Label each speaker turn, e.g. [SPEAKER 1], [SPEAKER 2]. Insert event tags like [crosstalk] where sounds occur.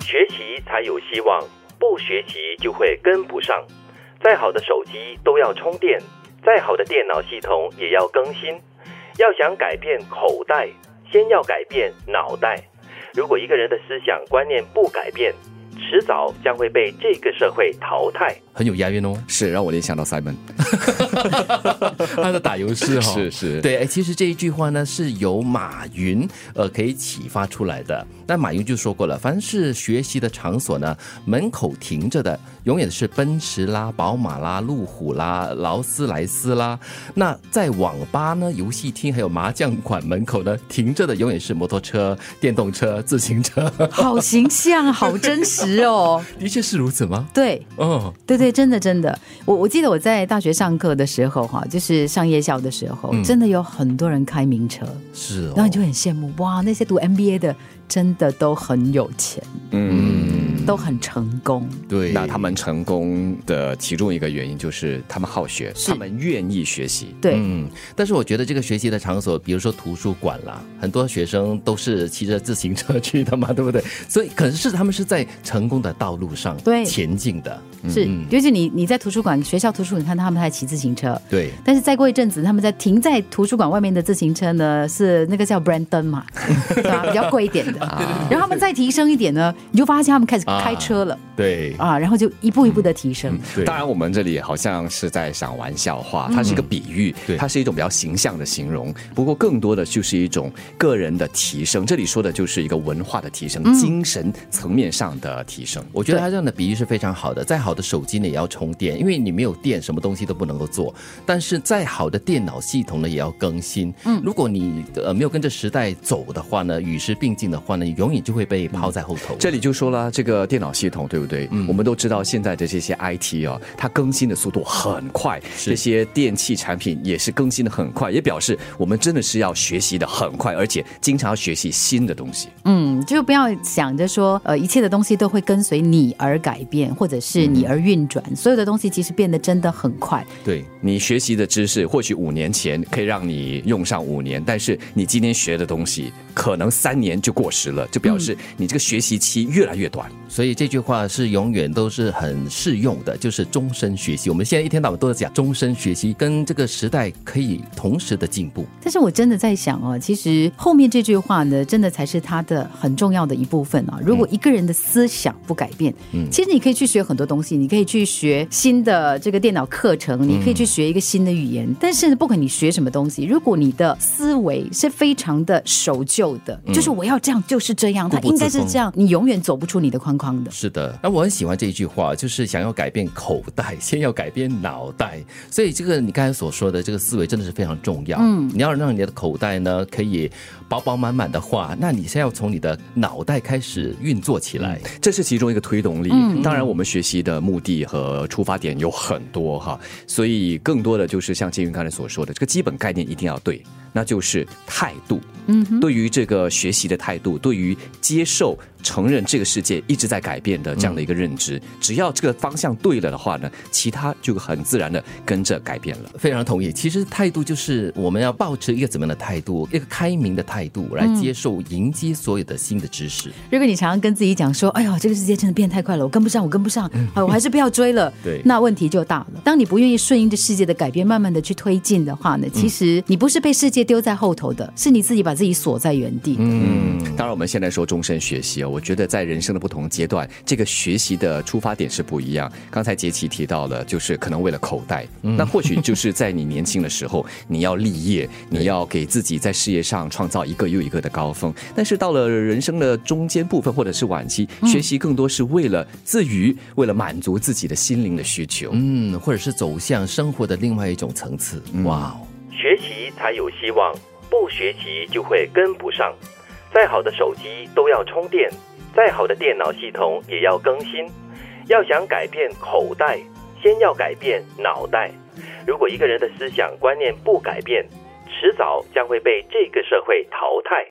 [SPEAKER 1] 学习才有希望，不学习就会跟不上。再好的手机都要充电，再好的电脑系统也要更新。要想改变口袋，先要改变脑袋。如果一个人的思想观念不改变，迟早将会被这个社会淘汰。
[SPEAKER 2] 很有押韵
[SPEAKER 3] [laughs]
[SPEAKER 2] 哦，
[SPEAKER 3] 是让我联想到 Simon，
[SPEAKER 2] 他在打油诗哈、
[SPEAKER 3] 是是，
[SPEAKER 2] 对，哎，其实这一句话呢是由马云呃可以启发出来的。那马云就说过了，凡是学习的场所呢，门口停着的永远是奔驰啦、宝马啦、路虎啦、劳斯莱斯啦。那在网吧呢、游戏厅还有麻将馆门口呢，停着的永远是摩托车、电动车、自行车。
[SPEAKER 4] 好形象，好真实哦。
[SPEAKER 2] 的确是如此吗？
[SPEAKER 4] 对，
[SPEAKER 2] 哦，
[SPEAKER 4] 对对，真的真的，我我记得我在大学上课的时候，哈，就是上夜校的时候，
[SPEAKER 2] 嗯
[SPEAKER 4] 真的有很多人开名车，
[SPEAKER 2] 是哦。
[SPEAKER 4] 然后你就很羡慕，哇，那些读 MBA 的真的都很有钱，
[SPEAKER 3] 嗯，
[SPEAKER 4] 都很成功，
[SPEAKER 2] 对，
[SPEAKER 3] 那他们成功的其中一个原因就是他们好学，他们愿意学习。
[SPEAKER 4] 对，
[SPEAKER 2] 嗯，但是我觉得这个学习的场所，比如说图书馆啦，很多学生都是骑着自行车去的嘛，对 [laughs] 不对？所以可能是他们是在成功的道路上
[SPEAKER 4] 对
[SPEAKER 2] 前进的，
[SPEAKER 4] 是，尤其你你在图书馆、学校图书馆看他们还骑自行车。
[SPEAKER 2] 对，
[SPEAKER 4] 但是再过一阵子，他们在停在图书馆外面的自行车呢，是那个叫 Brandon 嘛，对吧？比较贵一点的。然后他们再提升一点呢，你就发现他们开始开车了
[SPEAKER 2] 对，
[SPEAKER 4] 啊然后就一步一步的提升。
[SPEAKER 2] 对
[SPEAKER 3] 当然，我们这里好像是在讲玩笑话，它是一个比喻，
[SPEAKER 2] 对
[SPEAKER 3] 它是一种比较形象的形容。不过，更多的就是一种个人的提升。这里说的就是一个文化的提升，精神层面上的提升。
[SPEAKER 2] 我觉得
[SPEAKER 4] 对
[SPEAKER 2] 他这样的比喻是非常好的。再好的手机呢，也要充电，因为你没有电，什么东西都不能够做。但是再好的电脑系统呢，也要更新。嗯，如果你呃没有跟着时代走的话呢，与时并进的话呢，你永远就会被抛在后头。
[SPEAKER 3] 这里就说了这个电脑系统，对不对？我们都知道现在的这些 IT 哦，它更新的速度很快，这些电器产品也是更新的很快，也表示我们真的是要学习的很快，而且经常要学习新的东西。
[SPEAKER 4] 嗯，就不要想着说，呃，一切的东西都会跟随你而改变，或者是你而运转。所有的东西其实变得真的很快。
[SPEAKER 2] 对，
[SPEAKER 3] 你学习的知识，或许五年前可以让你用上五年，但是你今天学的东西，可能三年就过时了，就表示你这个学习期越来越短。
[SPEAKER 2] 所以这句话是永远都是很适用的，就是终身学习。我们现在一天到晚都在讲终身学习，跟这个时代可以同时的进步。
[SPEAKER 4] 但是我真的在想哦，其实后面这句话呢，真的才是它的很重要的一部分啊。如果一个人的思想不改变，
[SPEAKER 2] 嗯
[SPEAKER 4] 其实你可以去学很多东西，你可以去学新的这个电脑课
[SPEAKER 2] 嗯
[SPEAKER 4] 程，你可以去学一个新的语言。但是呢不管你学什么东西，如果你的思维是非常的守旧的，就是我要这样，就是这样，它
[SPEAKER 2] 固步
[SPEAKER 4] 应
[SPEAKER 2] 嗯自
[SPEAKER 4] 该是
[SPEAKER 2] 封
[SPEAKER 4] 这样，你永远走不出你的框框的。
[SPEAKER 2] 是的，那我很喜欢这一句话，就是想要改变口袋，先要改变脑袋。所以这个你刚才所说的这个思维真的是非常重要。嗯，你要让你的口袋呢可以饱饱满满的话，那你先要从你的脑袋开始运作起来。
[SPEAKER 3] 这是其中一个推动力。当然，我们学习的目的和出发点有很多哈，所以更多的就是像金云刚才所说的，这个基本概念一定要对，那就是态度。嗯，对于这个学习的态度，对于接受、承认这个世界一直在改变的这样的一个认知，只要这个方向对了的话呢，其他就很自然的跟着改变了。
[SPEAKER 2] 非常同意。其实态度就是我们要保持一个怎么样的态度，一个开明的态度来接受、迎接所有的新的知识。
[SPEAKER 4] 如果你常常跟自己讲说：“哎呦，这个世界真的变太快了，我跟不上，我跟不上，哎，我还是不要追了。”
[SPEAKER 2] 对
[SPEAKER 4] 那问题就大了。当你不愿意顺应着世界的改变，慢慢的去推进的话呢，其实你不是被世界丢在后头的，是你自己把自己锁在原地。
[SPEAKER 3] 嗯，当然我们现在说终身学习啊，我觉得在人生的不同阶段，这个学习的出发点是不一样。刚才杰奇提到了，就是可能为了口袋，那或许就是在你年轻的时候，你要立业，你要给自己在事业上创造一个又一个的高峰。 [laughs] 但是到了人生的中间部分或者是晚期，学习更多是为了自娱，为了满足自己的心灵的需求。
[SPEAKER 2] 嗯，或者是走向生活的另外一种层次。
[SPEAKER 3] 嗯
[SPEAKER 2] 哇哦，
[SPEAKER 1] 学习才有希望，不学习就会跟不上。再好的手机都要充电，再好的电脑系统也要更新。要想改变口袋，先要改变脑袋。如果一个人的思想观念不改变，迟早将会被这个社会淘汰。